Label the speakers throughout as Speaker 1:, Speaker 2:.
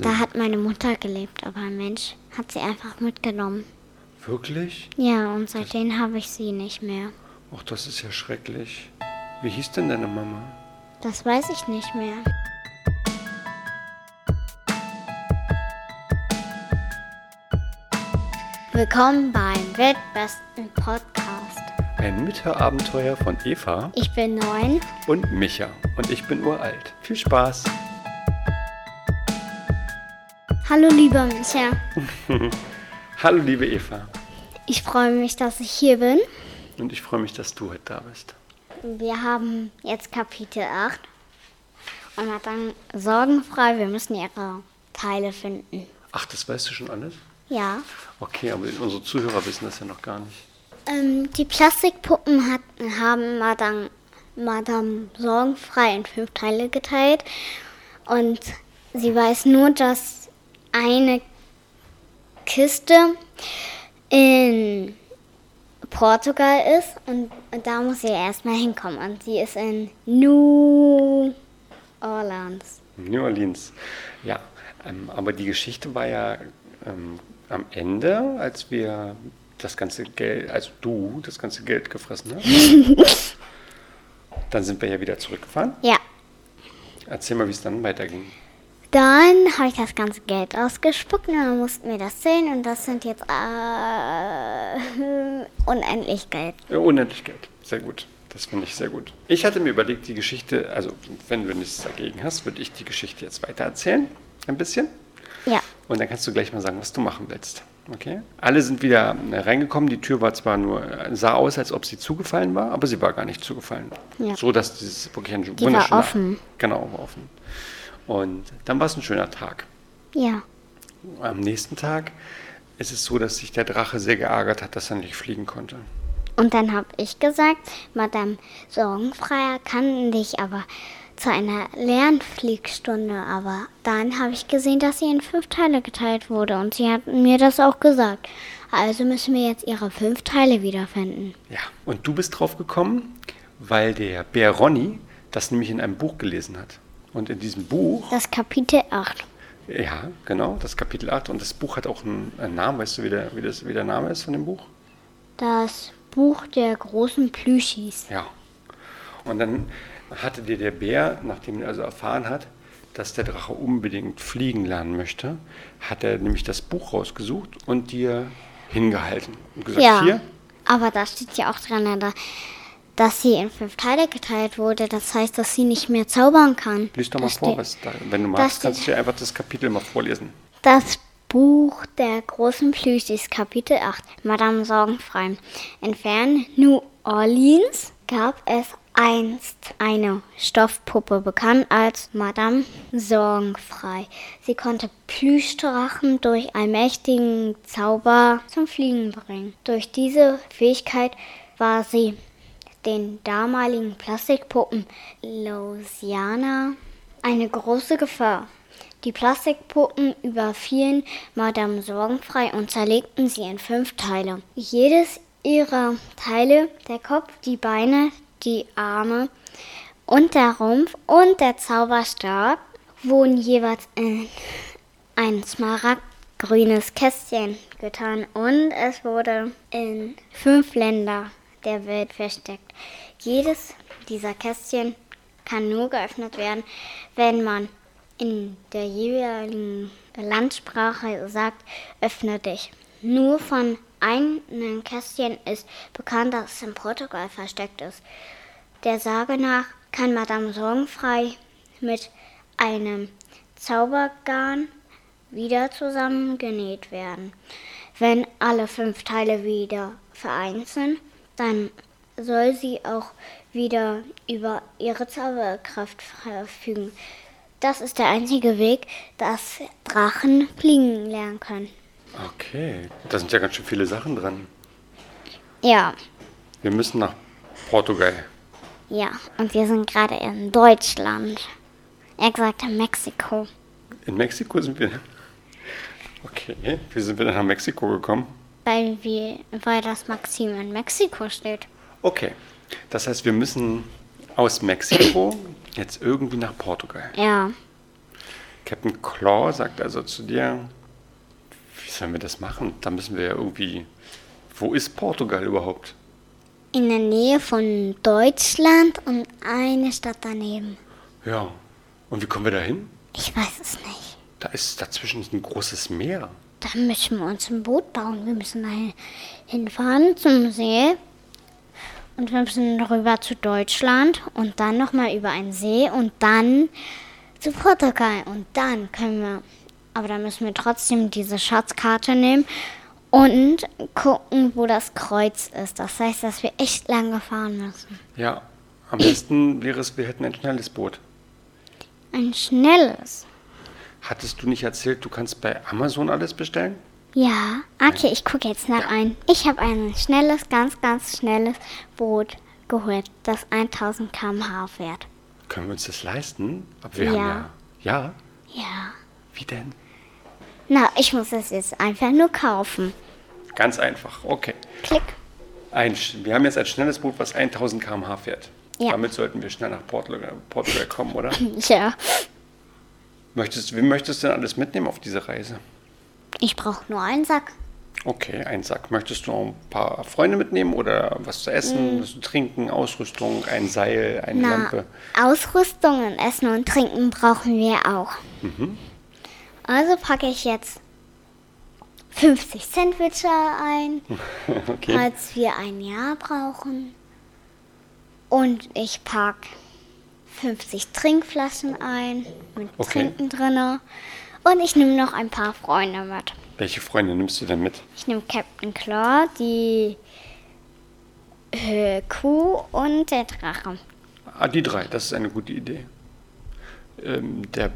Speaker 1: Da hat meine Mutter gelebt, aber ein Mensch hat sie einfach mitgenommen.
Speaker 2: Wirklich?
Speaker 1: Ja, und seitdem habe ich sie nicht mehr.
Speaker 2: Ach, das ist ja schrecklich. Wie hieß denn deine Mama?
Speaker 1: Das weiß ich nicht mehr. Willkommen beim weltbesten Podcast.
Speaker 2: Ein Mithörabenteuer von Eva
Speaker 1: Ich bin neun.
Speaker 2: und Micha. Und ich bin uralt. Viel Spaß.
Speaker 1: Hallo lieber Micha.
Speaker 2: Hallo, liebe Eva.
Speaker 1: Ich freue mich, dass ich hier bin.
Speaker 2: Und ich freue mich, dass du heute da bist.
Speaker 1: Wir haben jetzt Kapitel 8. Und hat dann sorgenfrei, wir müssen ihre Teile finden.
Speaker 2: Ach, das weißt du schon alles?
Speaker 1: Ja.
Speaker 2: Okay, aber unsere Zuhörer wissen das ja noch gar nicht.
Speaker 1: Ähm, die Plastikpuppen hat, haben Madame, Madame sorgenfrei in fünf Teile geteilt. Und sie weiß nur, dass eine Kiste in Portugal ist. Und, und da muss sie erstmal hinkommen. Und sie ist in New Orleans.
Speaker 2: New Orleans. Ja, ähm, aber die Geschichte war ja ähm, am Ende, als wir das ganze Geld, also du das ganze Geld gefressen hast. Dann sind wir ja wieder zurückgefahren.
Speaker 1: Ja.
Speaker 2: Erzähl mal, wie es dann weiterging.
Speaker 1: Dann habe ich das ganze Geld ausgespuckt und dann mussten wir das zählen und das sind jetzt äh, unendlich Geld.
Speaker 2: Ja, unendlich Geld. Sehr gut. Das finde ich sehr gut. Ich hatte mir überlegt, die Geschichte, also wenn du nichts dagegen hast, würde ich die Geschichte jetzt weitererzählen. Ein bisschen.
Speaker 1: Ja.
Speaker 2: Und dann kannst du gleich mal sagen, was du machen willst. Okay? Alle sind wieder äh, reingekommen. Die Tür war zwar nur, äh, sah aus, als ob sie zugefallen war, aber sie war gar nicht zugefallen.
Speaker 1: Ja.
Speaker 2: So, dass dieses wirklich ein die
Speaker 1: war
Speaker 2: wunderschöner...
Speaker 1: offen.
Speaker 2: Genau, war offen. Und dann war es ein schöner Tag.
Speaker 1: Ja.
Speaker 2: Am nächsten Tag ist es so, dass sich der Drache sehr geärgert hat, dass er nicht fliegen konnte.
Speaker 1: Und dann habe ich gesagt, Madame Sorgenfreier kannten dich aber zu einer Lernfliegstunde. Aber dann habe ich gesehen, dass sie in fünf Teile geteilt wurde und sie hat mir das auch gesagt. Also müssen wir jetzt ihre fünf Teile wiederfinden.
Speaker 2: Ja, und du bist drauf gekommen, weil der Bär Ronny das nämlich in einem Buch gelesen hat. Und in diesem Buch,
Speaker 1: Das Kapitel 8.
Speaker 2: ja, genau, das Kapitel 8, und das Buch hat auch einen, einen Namen, weißt du, wie der, wie, das, wie der Name ist von dem Buch?
Speaker 1: Das Buch der großen Plüschis.
Speaker 2: Ja. Und dann hatte dir der Bär, nachdem er also erfahren hat, dass der Drache unbedingt fliegen lernen möchte, hat er nämlich das Buch rausgesucht und dir hingehalten und gesagt, hier,
Speaker 1: Aber da steht ja auch dran, ja, da- dass sie in fünf Teile geteilt wurde. Das heißt, dass sie nicht mehr zaubern kann.
Speaker 2: lies doch
Speaker 1: Da
Speaker 2: mal vor,
Speaker 1: steht-
Speaker 2: was da, wenn du magst,
Speaker 1: steht-
Speaker 2: kannst du dir einfach das Kapitel mal vorlesen.
Speaker 1: Das Buch der großen Plüschis, Kapitel 8, Madame Sorgenfrei. In fern New Orleans gab es einst eine Stoffpuppe, bekannt als Madame Sorgenfrei. Sie konnte Plüschdrachen durch einen mächtigen Zauber zum Fliegen bringen. Durch diese Fähigkeit war sie den damaligen Plastikpuppen Louisiana eine große Gefahr. Die Plastikpuppen überfielen Madame Sorgenfrei und zerlegten sie in fünf Teile. Jedes ihrer Teile, der Kopf, die Beine, die Arme und der Rumpf und der Zauberstab, wurden jeweils in ein smaragdgrünes Kästchen getan und es wurde in fünf Länder der Welt versteckt. Jedes dieser Kästchen kann nur geöffnet werden, wenn man in der jeweiligen Landsprache sagt, öffne dich. Nur von einem Kästchen ist bekannt, dass es in Portugal versteckt ist. Der Sage nach kann Madame Sorgenfrei mit einem Zaubergarn wieder zusammengenäht werden. Wenn alle fünf Teile wieder vereint sind, dann soll sie auch wieder über ihre Zauberkraft verfügen. Das ist der einzige Weg, dass Drachen fliegen lernen können.
Speaker 2: Okay, da sind ja ganz schön viele Sachen dran.
Speaker 1: Ja,
Speaker 2: Wir müssen nach Portugal.
Speaker 1: ja. Und wir sind gerade in Deutschland. Er gesagt in Mexiko.
Speaker 2: In Mexiko sind wir. Okay, wie sind wir denn nach Mexiko gekommen?
Speaker 1: Weil, wir, weil das Maxim in Mexiko steht.
Speaker 2: Okay, das heißt, wir müssen aus Mexiko jetzt irgendwie nach Portugal.
Speaker 1: Ja.
Speaker 2: Captain Claw sagt also zu dir, wie sollen wir das machen? Da müssen wir ja irgendwie. Wo ist Portugal überhaupt?
Speaker 1: In der Nähe von Deutschland und eine Stadt daneben.
Speaker 2: Ja. Und wie kommen wir da hin?
Speaker 1: Ich weiß es nicht.
Speaker 2: Da ist dazwischen ein großes Meer.
Speaker 1: Da müssen wir uns ein Boot bauen. Wir müssen da hin- hinfahren zum See. Und wir müssen rüber zu Deutschland und dann nochmal über einen See und dann zu Portugal. Und dann können wir. Aber dann müssen wir trotzdem diese Schatzkarte nehmen und gucken, wo das Kreuz ist. Das heißt, dass wir echt lange fahren müssen.
Speaker 2: Ja. Am besten wäre es, wir hätten ein schnelles Boot.
Speaker 1: Ein schnelles.
Speaker 2: Hattest du nicht erzählt, du kannst bei Amazon alles bestellen?
Speaker 1: Ja, okay, ich gucke jetzt nach ein. Ich habe ein schnelles, ganz, ganz schnelles Boot geholt, das 1000 km/h fährt.
Speaker 2: Können wir uns das leisten? Aber wir
Speaker 1: Ja.
Speaker 2: haben ja. Ja?
Speaker 1: Ja.
Speaker 2: Wie denn?
Speaker 1: Na, ich muss es jetzt einfach nur kaufen.
Speaker 2: Ganz einfach. Okay.
Speaker 1: Klick.
Speaker 2: Ein, Sch- wir haben jetzt ein schnelles Boot, was 1000 km/h fährt.
Speaker 1: Ja.
Speaker 2: Damit sollten wir schnell nach Portugal, Portugal kommen, oder?
Speaker 1: Ja.
Speaker 2: Möchtest, wie möchtest du denn alles mitnehmen auf diese Reise?
Speaker 1: Ich brauche nur einen Sack.
Speaker 2: Okay, ein Sack. Möchtest du auch ein paar Freunde mitnehmen oder was zu essen, was zu trinken, Ausrüstung, ein Seil, eine
Speaker 1: Mm. Na,
Speaker 2: Lampe?
Speaker 1: Ausrüstung und Essen und Trinken brauchen wir auch.
Speaker 2: Mhm.
Speaker 1: Also packe ich jetzt 50 Sandwicher ein.
Speaker 2: Okay.
Speaker 1: falls wir ein Jahr brauchen. Und ich pack 50 Trinkflaschen ein mit
Speaker 2: Okay.
Speaker 1: Trinken drinne. Und ich nehme noch ein paar Freunde mit.
Speaker 2: Welche Freunde nimmst du denn mit?
Speaker 1: Ich nehme Captain Claw, die äh, Kuh und der Drache.
Speaker 2: Ah, die drei, das ist eine gute Idee. Ähm, der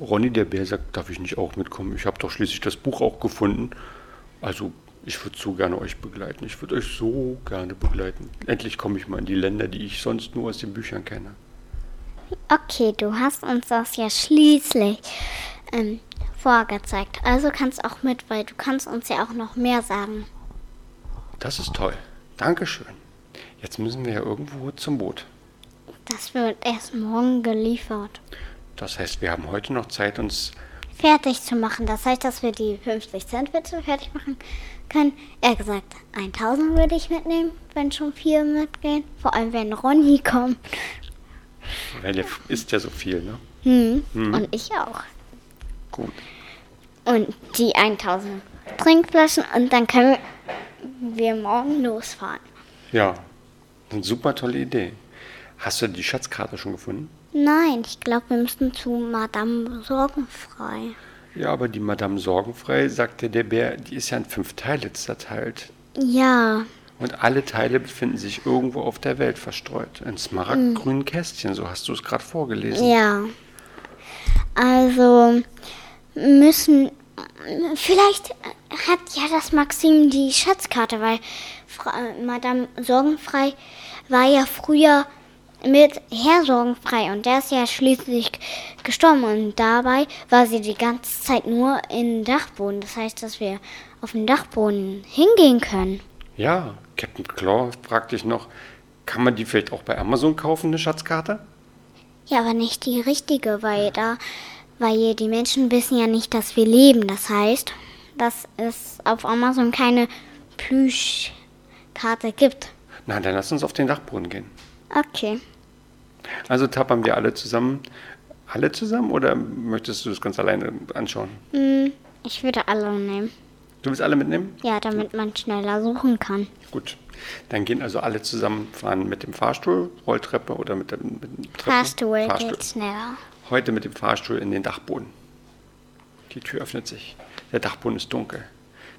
Speaker 2: Ronny, der Bär, sagt, darf ich nicht auch mitkommen? Ich habe doch schließlich das Buch auch gefunden. Also, ich würde so gerne euch begleiten. Ich würde euch so gerne begleiten. Endlich komme ich mal in die Länder, die ich sonst nur aus den Büchern kenne.
Speaker 1: Okay, du hast uns das ja schließlich ähm, vorgezeigt. Also kannst auch mit, weil du kannst uns ja auch noch mehr sagen.
Speaker 2: Das ist toll. Dankeschön. Jetzt müssen wir ja irgendwo zum Boot.
Speaker 1: Das wird erst morgen geliefert.
Speaker 2: Das heißt, wir haben heute noch Zeit, uns.
Speaker 1: fertig zu machen. Das heißt, dass wir die 50 Sandwiches fertig machen können. Er gesagt, 1000 würde ich mitnehmen, wenn schon vier mitgehen. Vor allem, wenn Ronny kommt.
Speaker 2: Weil der ist ja so viel, ne?
Speaker 1: Hm. Und ich auch.
Speaker 2: Gut.
Speaker 1: Und die 1000 Trinkflaschen und dann können wir morgen losfahren.
Speaker 2: Ja. Eine super tolle Idee. Hast du die Schatzkarte schon gefunden?
Speaker 1: Nein, ich glaube, wir müssen zu Madame Sorgenfrei.
Speaker 2: Ja, aber die Madame Sorgenfrei, sagte der Bär, die ist ja in fünf Teile zerteilt.
Speaker 1: Ja,
Speaker 2: Und alle Teile befinden sich irgendwo auf der Welt verstreut. In smaragdgrünen Kästchen, so hast du es gerade vorgelesen.
Speaker 1: Ja. Also müssen. Vielleicht hat ja das Maxim die Schatzkarte, weil Fra Madame Sorgenfrei war ja früher mit Herr Sorgenfrei und der ist ja schließlich gestorben und dabei war sie die ganze Zeit nur im Dachboden. Das heißt, dass wir auf dem Dachboden hingehen können.
Speaker 2: Ja, Captain Claw fragt dich noch, kann man die vielleicht auch bei Amazon kaufen, eine Schatzkarte?
Speaker 1: Ja, aber nicht die richtige, weil da, weil die Menschen wissen ja nicht, dass wir leben. Das heißt, dass es auf Amazon keine Plüschkarte gibt.
Speaker 2: Na, dann lass uns auf den Dachboden gehen.
Speaker 1: Okay.
Speaker 2: Also tappern wir alle zusammen. Alle zusammen oder möchtest du das ganz alleine anschauen?
Speaker 1: Hm, ich würde alle nehmen.
Speaker 2: Du willst alle mitnehmen?
Speaker 1: Ja, damit man schneller suchen kann.
Speaker 2: Gut. Dann gehen also alle zusammen, fahren mit dem Fahrstuhl, Rolltreppe oder mit dem mit dem Treppen-
Speaker 1: Fahrstuhl
Speaker 2: Fahrstuhl.
Speaker 1: geht schneller.
Speaker 2: Heute mit dem Fahrstuhl in den Dachboden. Die Tür öffnet sich. Der Dachboden ist dunkel.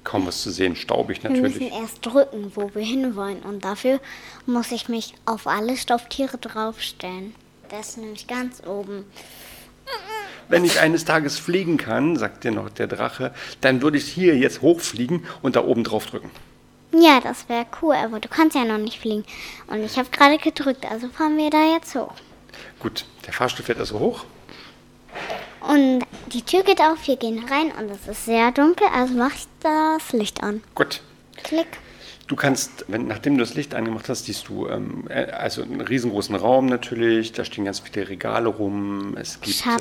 Speaker 2: Kaum was zu sehen, staubig
Speaker 1: Wir müssen
Speaker 2: natürlich.
Speaker 1: erst drücken, wo wir hinwollen. Und dafür muss ich mich auf alle Stofftiere draufstellen. Das ist nämlich ganz oben.
Speaker 2: Wenn ich eines Tages fliegen kann, sagt dir noch der Drache, dann würde ich hier jetzt hochfliegen und da oben drauf drücken.
Speaker 1: Ja, das wäre cool, aber du kannst ja noch nicht fliegen. Und ich habe gerade gedrückt, also fahren wir da jetzt hoch.
Speaker 2: Gut, der Fahrstuhl fährt also hoch.
Speaker 1: Und die Tür geht auf, wir gehen rein und es ist sehr dunkel, also mach ich das Licht an.
Speaker 2: Gut,
Speaker 1: Klick.
Speaker 2: Du kannst, wenn, nachdem du das Licht angemacht hast, siehst du ähm, äh, also einen riesengroßen Raum natürlich, da stehen ganz viele Regale rum, es gibt ähm,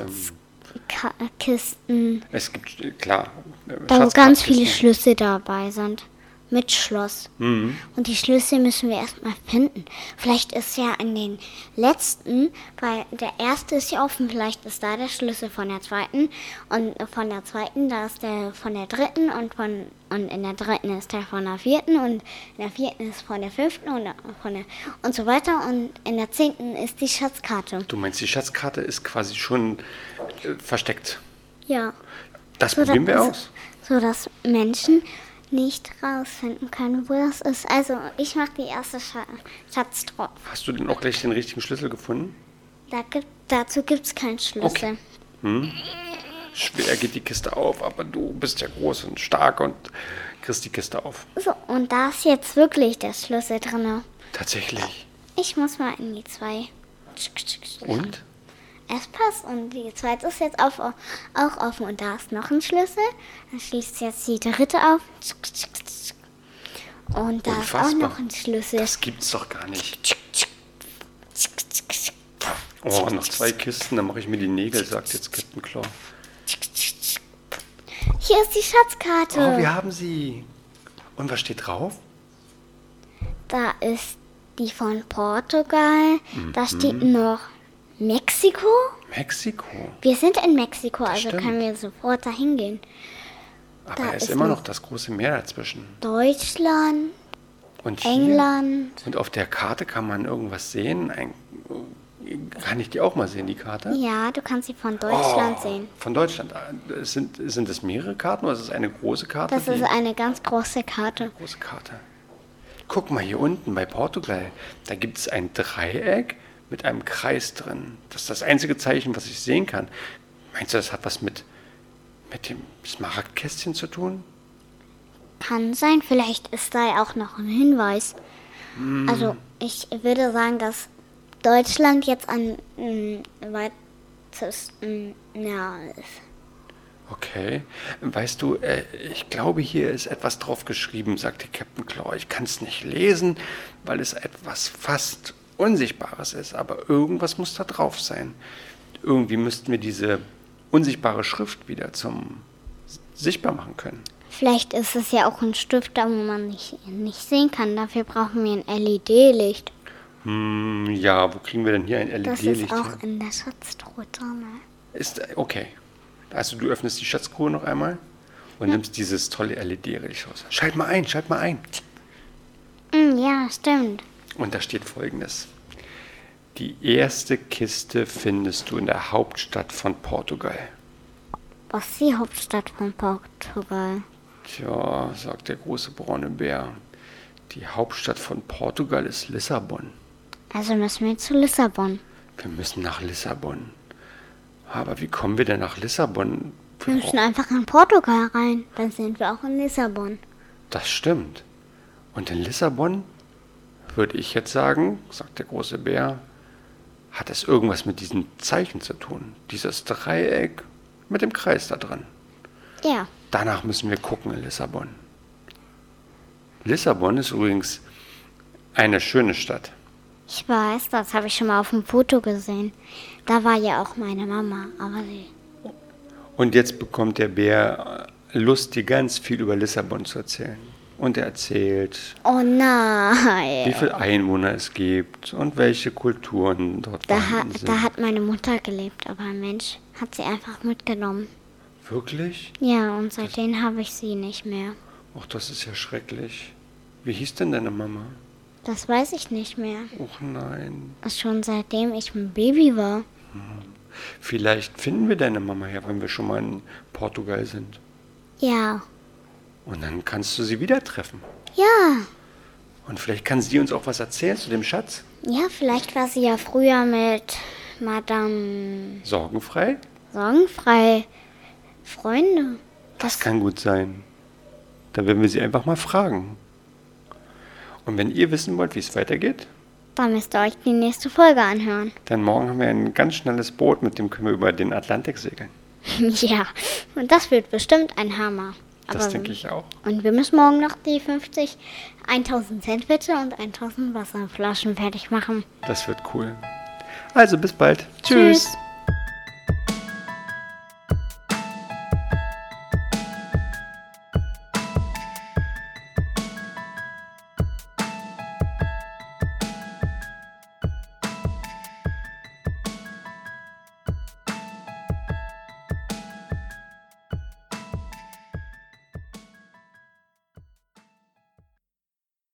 Speaker 1: Ka Kisten,
Speaker 2: Es gibt, äh, klar, äh,
Speaker 1: da wo ganz viele
Speaker 2: Schatzkartenkisten.
Speaker 1: Schlüssel dabei sind. Mit Schloss. Und die Schlüssel müssen wir erstmal finden. Vielleicht ist ja in den letzten, weil der erste ist ja offen, vielleicht ist da der Schlüssel von der zweiten und von der zweiten, da ist der von der dritten und von und in der dritten ist der von der vierten und in der vierten ist von der fünften und von der und so weiter und in der zehnten ist die Schatzkarte.
Speaker 2: Du meinst, die Schatzkarte ist quasi schon äh, versteckt.
Speaker 1: Ja.
Speaker 2: Das
Speaker 1: So,
Speaker 2: probieren wir
Speaker 1: dass-
Speaker 2: aus.
Speaker 1: So dass Menschen nicht rausfinden können, wo das ist. Also ich mache die erste Scha Schatz drauf.
Speaker 2: Hast du denn auch gleich den richtigen Schlüssel gefunden?
Speaker 1: Da gibt, dazu gibt es keinen Schlüssel.
Speaker 2: Okay. Schwer geht die Kiste auf, aber du bist ja groß und stark und kriegst die Kiste auf.
Speaker 1: So, und da ist jetzt wirklich der Schlüssel drin.
Speaker 2: Tatsächlich.
Speaker 1: Ich muss mal in die zwei. Tsch, tsch, tsch.
Speaker 2: Und?
Speaker 1: Es passt und die zweite ist jetzt auf, auch offen und da ist noch ein Schlüssel. Dann schließt jetzt die dritte auf. Tsch, tsch, tsch, tsch. Und da ist auch
Speaker 2: Unfassbar.
Speaker 1: noch ein Schlüssel.
Speaker 2: Das gibt's doch gar nicht. Oh, noch zwei Kisten, dann mache ich mir die Nägel, sagt jetzt Captain Claw.
Speaker 1: Hier ist die Schatzkarte.
Speaker 2: Oh, wir haben sie. Und was steht drauf?
Speaker 1: Da ist die von Portugal. Da steht
Speaker 2: Mhm.
Speaker 1: noch Mexiko.
Speaker 2: Mexiko.
Speaker 1: Wir sind in Mexiko, also
Speaker 2: stimmt.
Speaker 1: können wir sofort dahin gehen.
Speaker 2: Aber
Speaker 1: Da
Speaker 2: da ist,
Speaker 1: ist
Speaker 2: immer
Speaker 1: noch-
Speaker 2: noch das große Meer dazwischen.
Speaker 1: Deutschland,
Speaker 2: Und hier,
Speaker 1: England.
Speaker 2: Und auf der Karte kann man irgendwas sehen. Ein, kann ich die auch mal sehen, die Karte?
Speaker 1: Ja, du kannst sie von Deutschland
Speaker 2: Oh,
Speaker 1: sehen.
Speaker 2: Von Deutschland. Es Sind, sind es mehrere Karten oder ist es eine große Karte?
Speaker 1: Das
Speaker 2: die-
Speaker 1: ist eine ganz große Karte.
Speaker 2: große Karte. Guck mal hier unten bei Portugal. Da gibt es ein Dreieck mit einem Kreis drin. Das ist das einzige Zeichen, was ich sehen kann. Meinst du, das hat was mit, mit dem Smaragdkästchen zu tun?
Speaker 1: Kann sein, vielleicht ist da ja auch noch ein Hinweis.
Speaker 2: Mhm.
Speaker 1: Also ich würde sagen, dass Deutschland jetzt an ähm, weitesten nahe ist.
Speaker 2: Okay. Weißt du, äh, ich glaube, hier ist etwas drauf geschrieben, sagte Captain Claw. Ich kann es nicht lesen, weil es etwas fast Unsichtbares ist. Aber irgendwas muss da drauf sein. Irgendwie müssten wir diese unsichtbare Schrift wieder zum S- sichtbar machen können.
Speaker 1: Vielleicht ist es ja auch ein Stift, da wo man nicht, nicht sehen kann. Dafür brauchen wir ein E LED-Licht.
Speaker 2: Hm, ja, wo kriegen wir denn hier ein
Speaker 1: Das ist
Speaker 2: LED-Licht?
Speaker 1: auch
Speaker 2: her?
Speaker 1: in der Schatztruhe drin.
Speaker 2: Ist okay. Also du öffnest die Schatztruhe noch einmal und nimmst dieses tolle LED-Licht raus. Schalt mal ein, schalt mal ein.
Speaker 1: Hm, ja, stimmt.
Speaker 2: Und da steht folgendes. Die erste Kiste findest du in der Hauptstadt von Portugal.
Speaker 1: Was ist die Hauptstadt von Portugal?
Speaker 2: Tja, sagt der große braune Bär. Die Hauptstadt von Portugal ist Lissabon.
Speaker 1: Also müssen wir zu Lissabon.
Speaker 2: Wir müssen nach Lissabon. Aber wie kommen wir denn nach Lissabon?
Speaker 1: Wir
Speaker 2: Wir
Speaker 1: müssen
Speaker 2: brauchen-
Speaker 1: einfach in Portugal rein. Dann sind wir auch in Lissabon.
Speaker 2: Das stimmt. Und in Lissabon würde ich jetzt sagen, sagt der große Bär, hat es irgendwas mit diesem Zeichen zu tun. Dieses Dreieck mit dem Kreis da drin.
Speaker 1: Ja.
Speaker 2: Danach müssen wir gucken in Lissabon. Lissabon ist übrigens eine schöne Stadt.
Speaker 1: Ich weiß, das habe ich schon mal auf dem Foto gesehen. Da war ja auch meine Mama, aber sie.
Speaker 2: Und jetzt bekommt der Bär äh, Lust, dir ganz viel über Lissabon zu erzählen. Und er erzählt,
Speaker 1: Oh nein.
Speaker 2: wie viele Einwohner es gibt und welche Kulturen dort
Speaker 1: Da, ha
Speaker 2: vorhanden sind.
Speaker 1: da hat meine Mutter gelebt, aber ein Mensch hat sie einfach mitgenommen.
Speaker 2: Wirklich?
Speaker 1: Ja, und seitdem habe ich sie nicht mehr.
Speaker 2: Ach, das ist ja schrecklich. Wie hieß denn deine Mama?
Speaker 1: Das weiß ich nicht mehr.
Speaker 2: Och nein.
Speaker 1: Ist Schon seitdem ich ein Baby war.
Speaker 2: Vielleicht finden wir deine Mama ja, wenn wir schon mal in Portugal sind.
Speaker 1: Ja.
Speaker 2: Und dann kannst du sie wieder treffen.
Speaker 1: Ja.
Speaker 2: Und vielleicht kann sie uns auch was erzählen zu dem Schatz.
Speaker 1: Ja, vielleicht war sie ja früher mit Madame
Speaker 2: Sorgenfrei?
Speaker 1: Sorgenfrei Freunde.
Speaker 2: Das kann gut sein. Da werden wir sie einfach mal fragen. Und wenn ihr wissen wollt, wie es weitergeht,
Speaker 1: Da müsst ihr euch die nächste Folge anhören.
Speaker 2: dann morgen haben wir ein ganz schnelles Boot, mit dem können wir über den Atlantik segeln.
Speaker 1: ja. Und das wird bestimmt ein Hammer.
Speaker 2: Das
Speaker 1: Aber-
Speaker 2: denke ich auch.
Speaker 1: Und wir müssen morgen noch die 50, 1000 Sandwiche und 1000 Wasserflaschen fertig machen.
Speaker 2: Das wird cool. Also bis bald. Tschüss.
Speaker 1: Tschüss.